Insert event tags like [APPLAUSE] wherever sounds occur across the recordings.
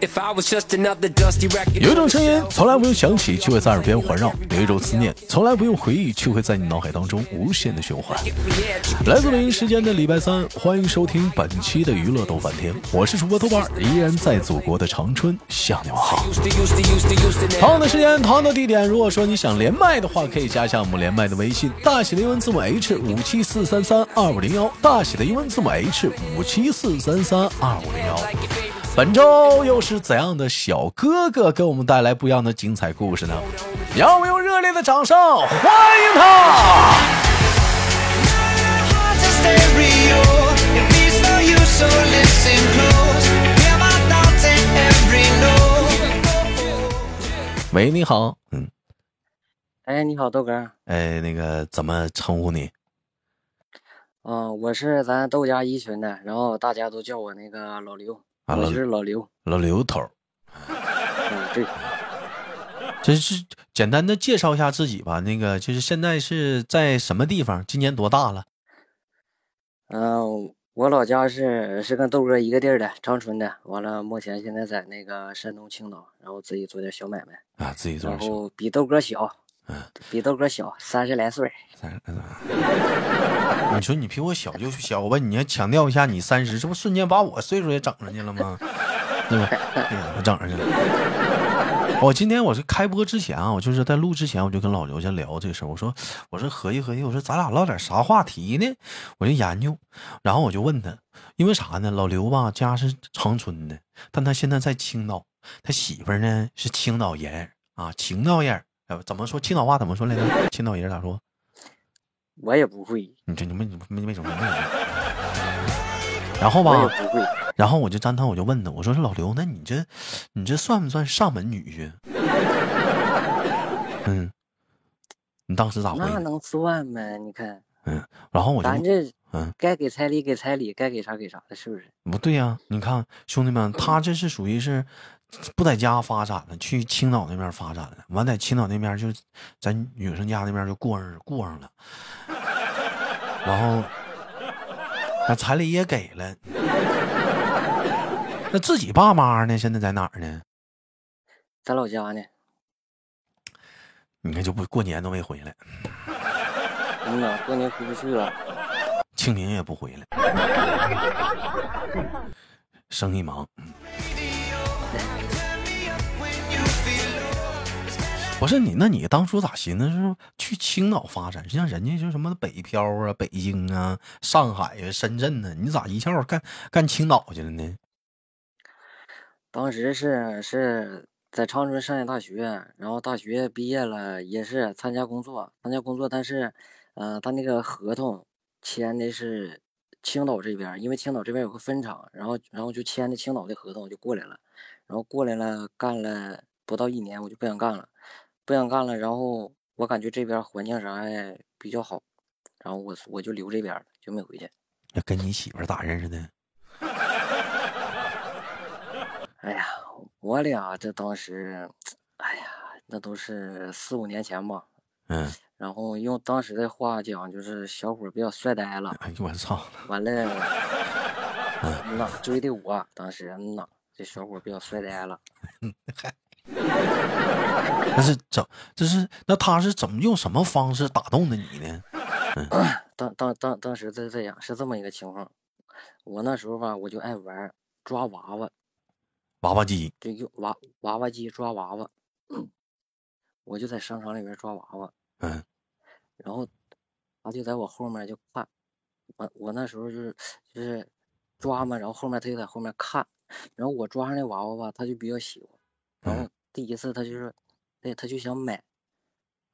If I was just another dusty record. 有一种声音从来不用想起，却会在耳边环绕；有一种思念从来不用回忆，却会在你脑海当中无限的循环。来自北京时间的礼拜三，欢迎收听本期的娱乐豆瓣天，我是主播豆瓣儿，依然在祖国的长春向你们好。 Used to, used to, used to, used to. now. 同样的时间，同样的地点。如果说你想连麦的话，可以加一下我们连麦的微信，大写的英文字母 H 五七四三三二五零幺，大写的英文字母 H 五七四三三二五零幺。本周又是怎样的小哥哥给我们带来不一样的精彩故事呢？让我们用热烈的掌声欢迎他！ Hearts in stereo. It beats for you, so listen close. Hear my thoughts in every note. 喂，你好，嗯，哎，你好，豆哥儿。哎，那个怎么称呼你？啊、我是咱豆家一群的，然后大家都叫我那个老刘，啊我老就是老刘。老刘头儿，嗯，对，这是简单的介绍一下自己吧。那个就是现在是在什么地方？今年多大了？嗯、我老家是是跟豆哥一个地儿的，长春的。完了，目前现在在那个山东青岛，然后自己做点小买卖，啊，自己做然点小，后比豆哥小，嗯，比豆哥小三十来岁儿。三嗯我说你比我小就小吧，你还强调一下你三十，这不瞬间把我岁数也整上去了吗？对吧？哎呀，我整上去了。我今天我是开播之前啊，我就是在录之前，我就跟老刘先聊这事儿。我说，我说合计合计，我说咱俩唠点啥话题呢？我就研究，然后我就问他，因为啥呢？老刘吧，家是长春的，但他现在在青岛，他媳妇儿呢是青岛人啊，青岛人。呃，怎么说青岛话？怎么说来着？青岛人咋说？我也不会，你这你没没没整明白。啊然后我也吧，不会。然后我就张汤我就问他，我说老刘，那你这你这算不算上门女婿？ [LAUGHS] 嗯，你当时咋回那应？能算吗？你看，嗯，然后我就咱这嗯该给彩礼给彩礼，该给啥给啥的，是不是？不对呀、你看兄弟们，他这是属于是不在家发展了，去青岛那边发展了，完在青岛那边就咱女生家那边就过上过上了，然后那彩礼也给了，那自己爸妈呢？现在在哪儿呢？咱老家呢？你看就不过年都没回来，嗯呐，过年回不去了。清明也不回来， [LAUGHS] 生意忙。 You feel low. 不是你，那你当初咋寻思是去青岛发展？像人家就什么北漂啊、北京啊、上海啊、深圳呢、你咋一下干干青岛去了呢？当时是是在长春上的大学，然后大学毕业了也是参加工作，参加工作，但是，呃，他那个合同签的是青岛这边儿，因为青岛这边有个分厂，然后然后就签的青岛的合同，我就过来了，然后过来了干了不到一年，我就不想干了，不想干了，然后我感觉这边儿环境啥也比较好，然后我我就留这边儿了，就没回去。那跟你媳妇儿咋认识的？哎呀，我俩这当时，哎呀，那都是四五年前吧。嗯，然后用当时的话讲，就是小伙儿比较帅呆了。哎呦我操！ [LAUGHS] 完了，嗯呐，追的我当时，嗯呐，这小伙儿比较帅呆了。那是怎？这是那他是怎么用什么方式打动的你呢？当当当当时是这样，是这么一个情况。我那时候吧，我就爱玩儿抓娃娃，娃娃机就用娃娃娃机抓娃 [CLEARS THROAT] 娃。我就在商场里边抓娃娃，嗯，然后他就在我后面就看，我我那时候就是就是抓嘛，然后后面他就在后面看，然后我抓上那娃娃吧，他就比较喜欢，然嗯后第一次他就是，对，他就想买，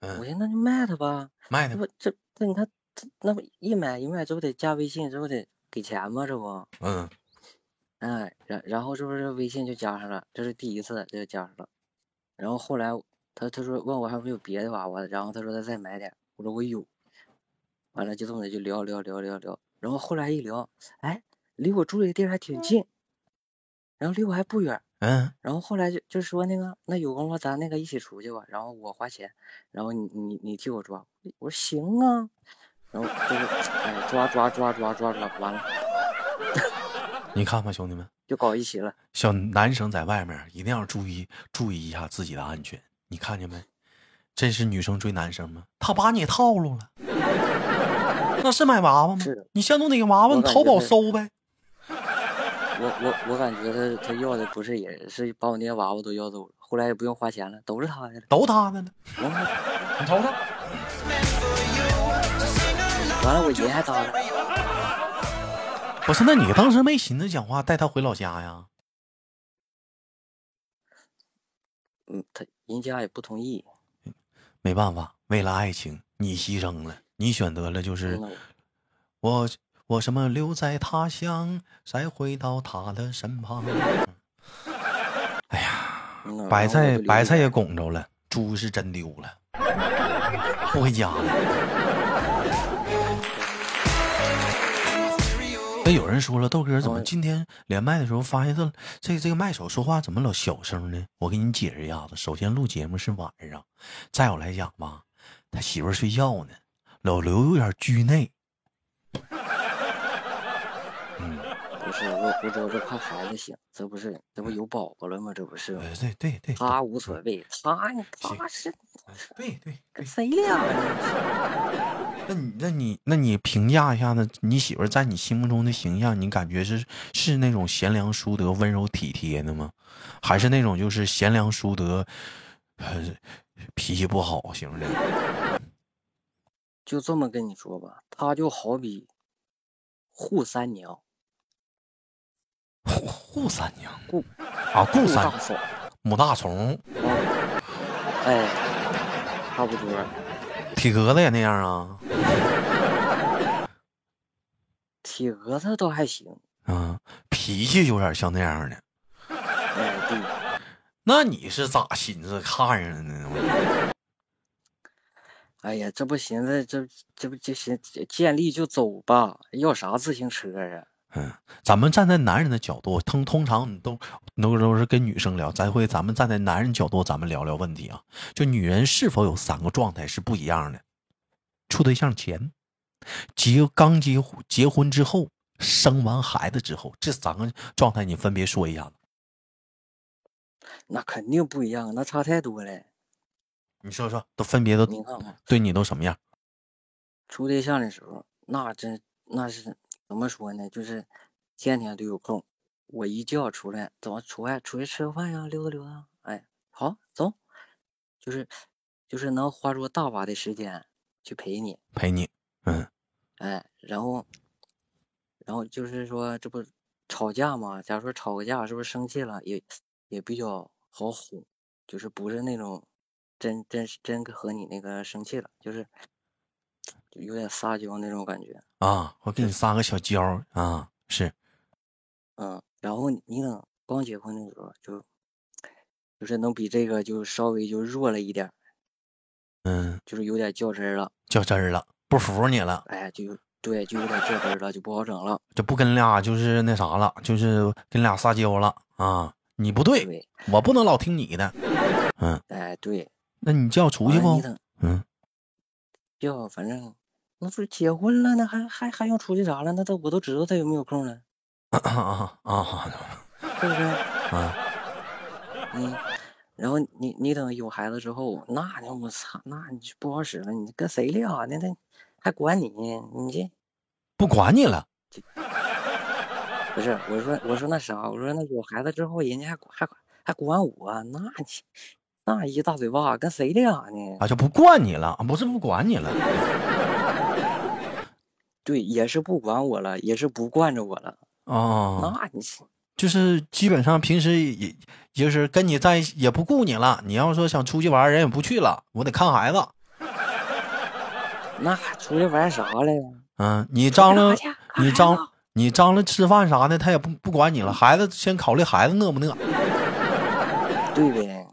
我嗯，寻思那就卖他吧，卖这的不这这你看这那不一买一卖，这不得加微信，这不得给钱吗？这不，嗯哎，然然后这不是微信就加上了，这是第一次这就加上了，然后后来他他说问我还有没有别的娃娃，然后他说他再买点，我说我有，完了就这么的就聊聊聊聊聊，然后后来一聊，哎，离我住的地儿还挺近，然后离我还不远，嗯，然后后来就就说那个，那有功夫咱那个一起出去吧，然后我花钱，然后你你你替我抓，我说行啊，然后就是哎抓抓抓抓抓抓，完了你看吧，兄弟们，就搞一起了。小男生在外面一定要注意注意一下自己的安全。你看见没？这是女生追男生吗？他把你套路了，那是买娃娃吗是的？你相中哪个娃娃，你我感觉淘宝是搜呗。我我我感觉他他要的不是人，是把我那些娃娃都要走了，后来也不用花钱了，都是他的了。都他的呢，完了你瞅瞅，完了，我爷还搭了，不是？那你当时没寻思讲话带他回老家呀？嗯，他人家也不同意。没办法，为了爱情，你牺牲了，你选择了就是、嗯我我什么留在他乡，再回到他的身旁。嗯白菜白菜，然后我就也离了拱着了，猪是真丢了，不回家了。那哎有人说了，豆哥怎么嗯今天连麦的时候发现这这这个麦手说话怎么老小声呢？我给你解释一下子。首先录节目是晚上，再有来讲吧，他媳妇儿睡觉呢，老刘有点拘内。不是我，我主要是怕孩子醒，这不是这不有宝宝了吗？这不是吗呃，对对对，他无所谓，他你嗯行他是对对对跟。谁俩呀？那你那你那你评价一下呢？你媳妇儿在你心目中的形象，你感觉是是那种贤良淑德、温柔体贴的吗？还是那种就是贤良淑德，呃，脾气不好型的？就这么跟你说吧，他就好比扈三娘、扈三娘顾啊，顾顾三大嫂，母大虫，哎，差不多。体格子也那样啊体格子倒还行，啊，脾气有点像那样的。哎，对，那你是咋寻思看上的呢？哎呀，这不寻思这这不就寻见利就走吧，要啥自行车啊？嗯，咱们站在男人的角度，通通常你都都都是跟女生聊，咱会咱们站在男人角度，咱们聊聊问题啊。就女人是否有三个状态是不一样的：处对象前、结刚结婚结婚之后、生完孩子之后，这三个状态你分别说一下子。那肯定不一样，那差太多了。你说说，都分别都你看看，对你都什么样？处对象的时候，那真那是怎么说呢？就是天天都有空，我一觉出来，怎么出来出去吃个饭呀，溜达溜达。哎，好，走，就是就是能花出大把的时间去陪你，陪你，嗯哎，然后，然后就是说，这不吵架嘛？假如说吵个架，是不是生气了也也比较好哄，就是不是那种真真是真和你那个生气了，就是就有点撒娇那种感觉。啊，我给你撒个小娇儿啊，是嗯，然后你你等刚结婚的时候，就就是能比这个就稍微就弱了一点儿，嗯，就是有点较真儿了，较真儿了，不服你了。哎，就有对，就有点较真儿了，就不好整了。就不跟俩就是那啥了，就是跟俩撒娇了啊！你不对，对，我不能老听你的。嗯，哎，对，那你叫出完去了不你？等。嗯，要反正那不是结婚了，那还还还还用出去啥了？那都我都知道他有没有空了，啊啊啊啊！对不对？啊嗯，然后你你等有孩子之后，那你我操，那你就不好使了，你跟谁俩呢？那还管你？你这不管你了，不是？我说我说那啥，我说那有孩子之后，人家还管还管还管我？啊那你那一大嘴巴跟谁俩呢？啊就不惯你了，不是不管你了，对，也是不管我了，也是不惯着我了。啊，那你是就是基本上平时也就是跟你在一起也不顾你了。你要说想出去玩儿，人也不去了，我得看孩子。那还出去玩啥了呀？嗯，你张罗干啥去干你啥张呀你张罗吃饭啥的，他也不不管你了。孩子先考虑孩子饿不饿。对呗。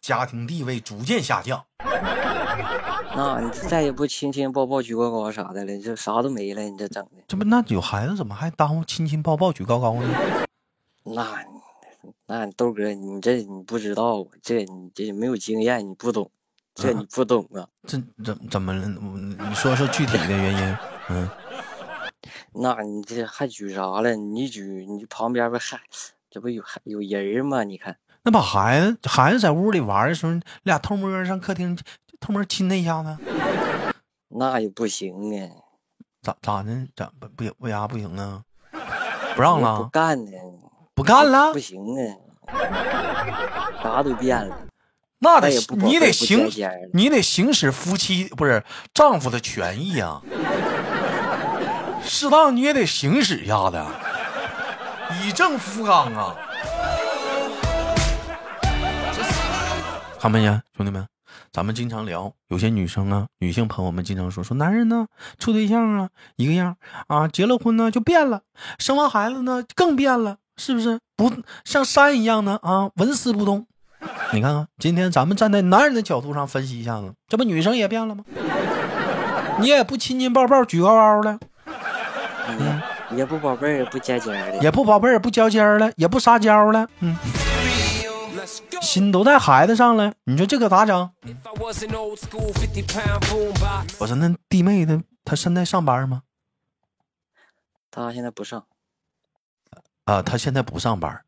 家庭地位逐渐下降。那啊你再也不亲亲抱抱举高高啥的了，就啥都没了，你这整的，这不那有孩子怎么还耽误亲亲抱抱举高高呢？那你那你豆哥，你这你不知道，啊这你这没有经验，你不懂，这你不懂啊。这怎怎么了？嗯你说说具体的原因？嗯，那你这还举啥了？你举你旁边不还这不有还有人儿吗？你看，那把孩子孩子在屋里玩的时候，俩偷摸上客厅偷摸亲他一下子，那也不行啊，咋咋的？咋不不不呀不行啊？不让我不了？干呢，不干了不？行啊，啥都变了。那得那也不你不得不行见家人，你得行使夫妻不是丈夫的权益啊，适当你也得行使一下子，以正夫纲啊。看没见，兄弟们，咱们经常聊，有些女生啊，女性朋友们经常说说，男人呢处对象啊一个样啊，结了婚呢就变了，生完孩子呢更变了，是不是？不像山一样的啊，纹丝不动。你看看，今天咱们站在男人的角度上分析一下子，这不女生也变了吗？你也不亲亲抱抱举高高了，嗯，也不宝贝儿，也不尖尖儿的，也不宝贝儿，也不交尖儿了，也不撒娇了，嗯， Let's go. 心都在孩子上了，你说这可咋整？ If I was an old school 50 pound boom box, 我说那弟妹她她现在上班吗？他现在不上，啊、她现在不上班，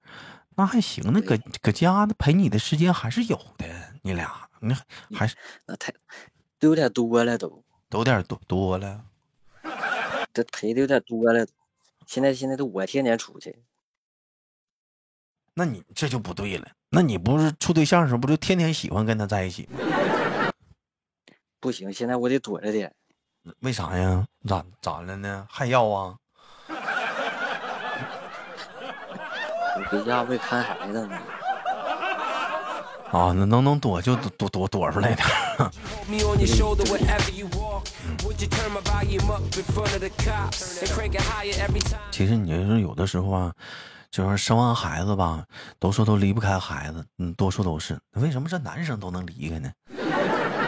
那还行，那搁搁家陪你的时间还是有的，你俩那还是那太都有点多了都，都有点多多了。这陪的有点多了都。现在现在都我天天出去，那你这就不对了，那你不是处对象的时候不就天天喜欢跟他在一起吗？不行，现在我得躲着点儿。为啥呀？咋咋了呢？还要啊？我回家为看孩子呢，啊，那能能躲就躲躲躲躲出来点儿。 [LAUGHS] hold me on your shoulder wherever you walk. Would you turn my volume up in front of the cops and crank it higher every time? 其实你就是有的时候啊，就是生完孩子吧，都说都离不开孩子，嗯，多数都是。为什么这男生都能离开呢？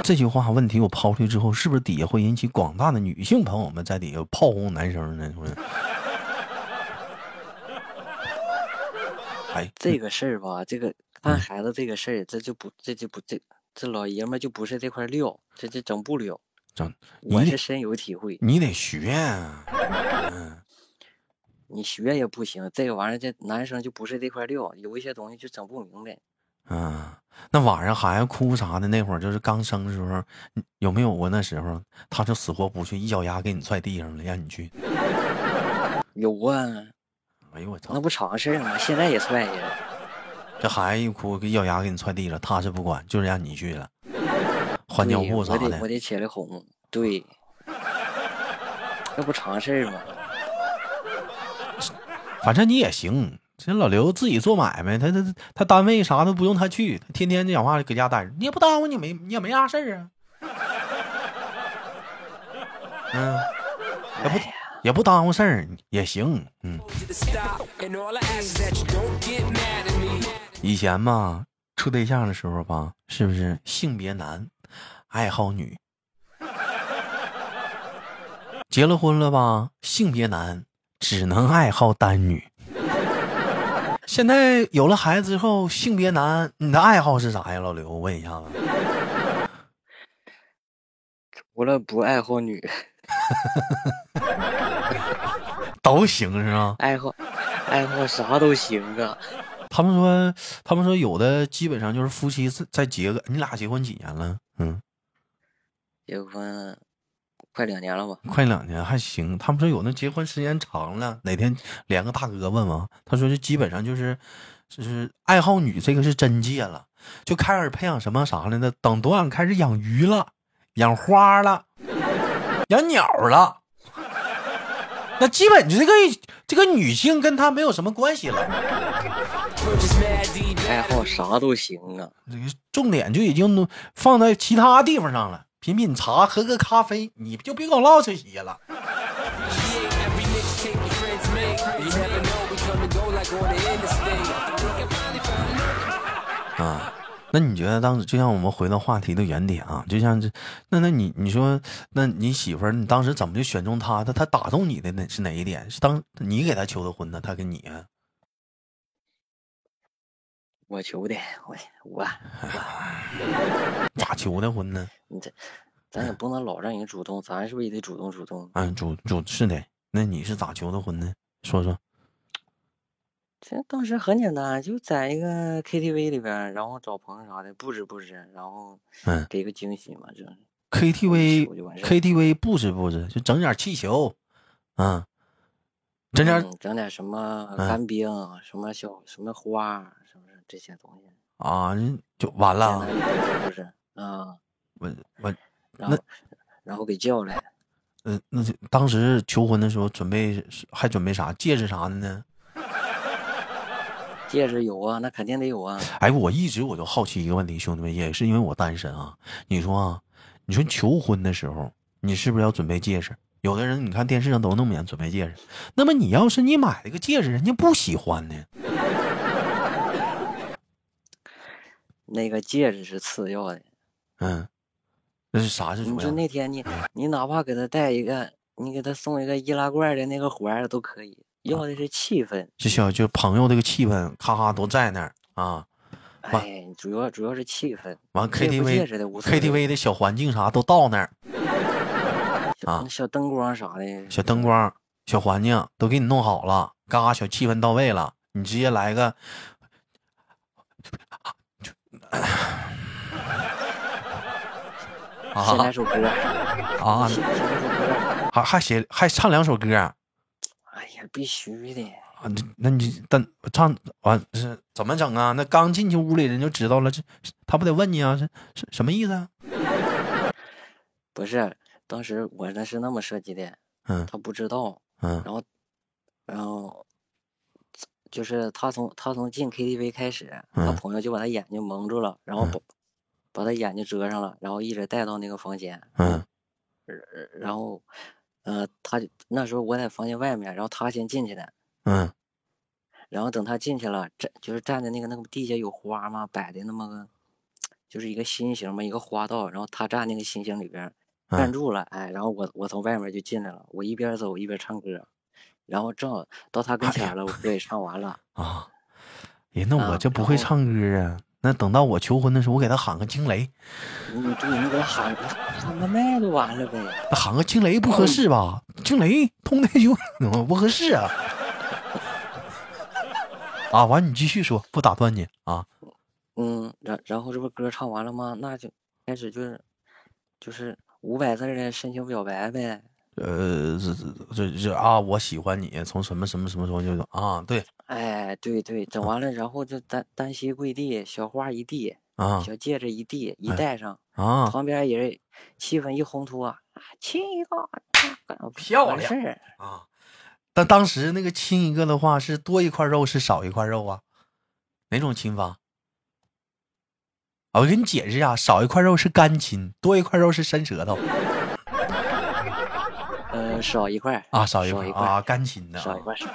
这句话问题我抛出去之后，是不是底下会引起广大的女性朋友们在底下炮轰男生呢？是 [LAUGHS] 不是？哎，这个事儿吧，这个看孩子这个事儿，这就不这就不这这老爷们儿就不是这块料，这这整不了。整我你是得深有体会，你得学啊，你学也不行，这个玩意儿这男生就不是这块料，有一些东西就整不明白。啊，那晚上孩子哭啥的，那会儿就是刚生的时候，你有没有过那时候，他就死活不去，一脚丫给你踹地上了，让你去。有啊，哎呦我那操！不常事儿吗？现在也踹呀，这孩子一哭，一脚丫给你踹地上，他是不管，就是让你去了，换对尿布啥我得我的。得起来哄，对，那不常事儿吗？反正你也行，这老刘自己做买卖，他他他单位啥都不用他去，他天天就讲话搁家待着，你也不耽误你没你也没啥事儿啊。嗯，也哎不也不耽误事儿，也行，嗯。 Told you to stop, and all I ask is that you don't get mad at me. 以前嘛，处对象的时候吧，是不是性别男，爱好女？结了婚了吧，性别男只能爱好单女。现在有了孩子之后，性别男，你的爱好是啥呀，老刘？我问一下子。除了不爱好女， [LAUGHS] 都行是吗？爱好爱好啥都行啊。他们说，他们说有的基本上就是夫妻再再结个，你俩结婚几年了？嗯，结婚快两年了吧？快两年还行，他们说有那结婚时间长了，哪天连个大哥问问，他说这基本上就是，就是爱好女这个是真戒了，就开始培养什么啥了呢？等多晚开始养鱼了，养花了，养鸟了，那基本这个这个女性跟他没有什么关系了， Purchase mad D 爱好啥都行啊。这个重点就已经放在其他地方上了，品品茶，喝个咖啡，你就别给我唠这些了。 appreciate every mixtape your friends make. You never know, we come and go like on the interstate. I think I finally found love. 啊，那你觉得当时就像我们回到话题的原点啊，就像这，那那你你说，那你媳妇儿，你当时怎么就选中她的？她打动你的那是哪一点？是当你给她求的婚呢，她跟你啊？我求的，我我咋求的婚呢？你这，咱也不能老让人主动，咱是不是也得主动主动？啊，主主是的，那你是咋求的婚呢？说说，这当时很简单，就在一个 KTV 里边儿，然后找朋友啥的布置布置，然后嗯给个惊喜嘛，就是，KTV 求就完事儿 KTV 布置布置，就整点气球，啊，整点、嗯整点什么嗯干冰，什么小什么花，是不是这些东西？啊，人就完了啊。简单的布置布置啊，我我然那后然后给叫来，嗯，那就当时求婚的时候准备是还准备啥戒指啥的呢？戒指有啊，那肯定得有啊。哎，我一直我就好奇一个问题，兄弟们，也是因为我单身啊。你说啊，你说求婚的时候，你是不是要准备戒指？有的人你看电视上都那么演准备戒指，那么你要是你买了个戒指，人家不喜欢呢，那个戒指是次要的，嗯，那是啥是你主要说的？那天你你哪怕给他带一个，你给他送一个易拉罐的那个环儿都可以，啊要的是气氛。就小就朋友这个气氛，咔咔都在那儿啊。哇哎，主要主要是气氛。完戒不戒 KTV 指的无所谓 KTV 的小环境啥都到那儿，小啊那小灯光啥的，小灯光、小环境都给你弄好了，嘎嘎小气氛到位了，你直接来个啊先来啊首歌，啊，先来首歌。还还写还唱两首歌啊？哎呀，必须的，啊你那你但唱完、是怎么整啊？那刚进去屋里人就知道了，这他不得问你啊？是是什么意思啊？不是，当时我那是那么设计的，嗯他不知道，嗯然后，然后，就是他从他从进 KTV 开始，他嗯朋友就把他眼睛蒙住了，然后嗯把把他眼睛遮上了，然后一直带到那个房间，嗯呃然后，呃，他就那时候我在房间外面，然后他先进去的，嗯然后等他进去了，站就是站在那个那个地下有花嘛，摆的那么个，就是一个心形嘛，一个花道，然后他站那个心形里边儿站嗯住了，哎，然后我我从外面就进来了，我一边走一边唱歌，然后正好到他跟哎呀前儿了，我歌也唱完了，啊！哎，那我啊这不然会后唱歌啊？那等到我求婚的时候，我给他喊个惊雷，你你对你给他喊喊个麦就完了呗，喊个啊惊雷不合适吧？惊雷通太久 [LAUGHS] 不合适啊！啊，完你继续说，不打断你啊。嗯，然然后这不歌唱完了吗？那就开始就是就是五百字儿的深情表白呗，呃，这这这这啊，我喜欢你，从什么什么什么时候就啊，对哎，对对，整完了，然后就单单膝跪地，小花一地。啊小戒指一递一哎戴上，啊，旁边人气氛一烘托，啊，亲一个，啊漂完亮事儿啊！但当时那个亲一个的话，是多一块肉是少一块肉啊？哪种亲法？啊，我给你解释一下，少一块肉是干亲，多一块肉是伸舌头呃，少一块儿啊，少一少块一块啊，儿，干亲的少啊一块儿，少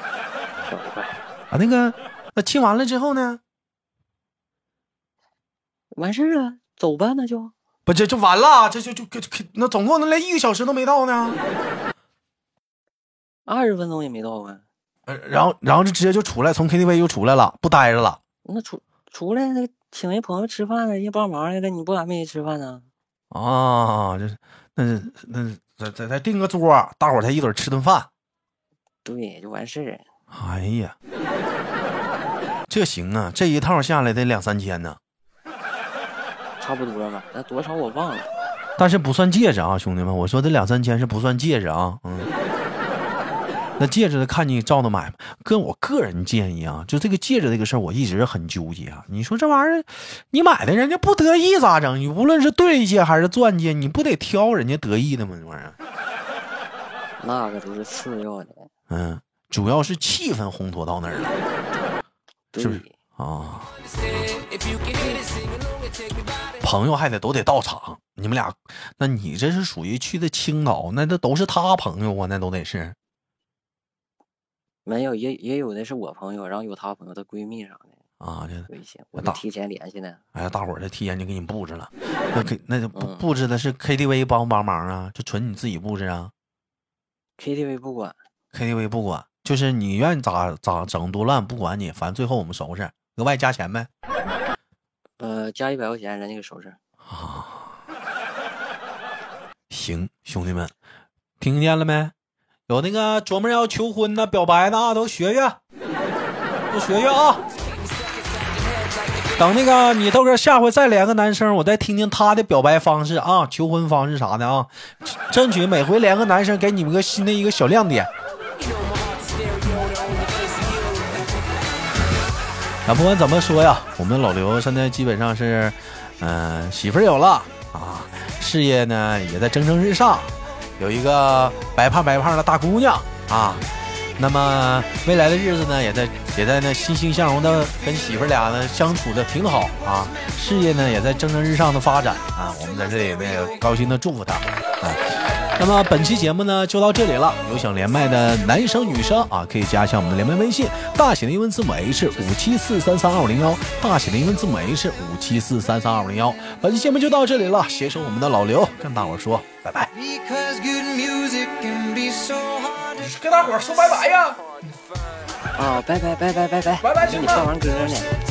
一块儿，啊，那个那亲完了之后呢？完事儿了，走吧，那就不，这就完了，这就就就就那总共那连一个小时都没到呢。二十分钟也没到啊，呃然后然后就直接就出来，从 KTV 就出来了，不待着了。那出出来那请人朋友吃饭了，人家帮忙来了，你不敢没人吃饭呢？啊，这是那是那是再再再订个桌，大伙儿才一准吃顿饭。对，就完事儿了。哎呀，这行啊，这一套下来得两三千呢，差不多吧，那多少我忘了。但是不算戒指啊，兄弟们，我说这两三千是不算戒指啊，嗯。那戒指的看你照着买吧。哥，我个人建议啊，就这个戒指这个事儿，我一直很纠结啊。你说这玩意儿，你买的人家不得意咋整？你无论是对戒还是钻戒，你不得挑人家得意的吗？这玩意儿，那个都是次要的，嗯，主要是气氛烘托到那儿了对，是不是啊。 If you can hit it, sing along and take me by the 朋友还得都得到场，你们俩，那你这是属于去的青岛，那这都是他朋友啊，那都得是没有也也有的是我朋友，然后有他朋友的闺蜜啥的，啊，这微信，我大都提前联系呢。哎呀，大伙儿这提前就给你布置了，那给那就布嗯布置的是 KTV 帮不帮忙啊？就纯你自己布置啊 KTV 不管， ？KTV 不管，就是你愿意咋咋整多乱不管你，反正最后我们收拾，额外加钱呗。呃，加一百块钱，人家给收拾。行，兄弟们，听见了没？有那个琢磨要求婚的、表白的啊，都学学，都学学啊！等那个你豆哥下回再连个男生，我再听听他的表白方式啊、求婚方式啥的啊，争取每回连个男生给你们个新的一个小亮点。啊，不管怎么说呀，我们老刘现在基本上是，嗯、媳妇儿有了啊，事业呢也在蒸蒸日上，有一个白胖白胖的大姑娘啊，那么未来的日子呢，也在也在那欣欣向荣的跟媳妇儿俩呢相处的挺好啊，事业呢也在蒸蒸日上的发展啊，我们在这里呢也高兴的祝福她啊。那么本期节目呢就到这里了。有想连麦的男生女生啊，可以加一下我们的连麦微信，大写的英文字母 H 五七四三三二五零幺，大写的英文字母 H 五七四三三二五零幺。本期节目就到这里了，携手我们的老刘跟大伙儿说拜拜。 Because good music can be so hard to 跟大伙儿说拜拜呀，啊、拜拜拜拜拜拜，拜拜给行你了唱完歌呢。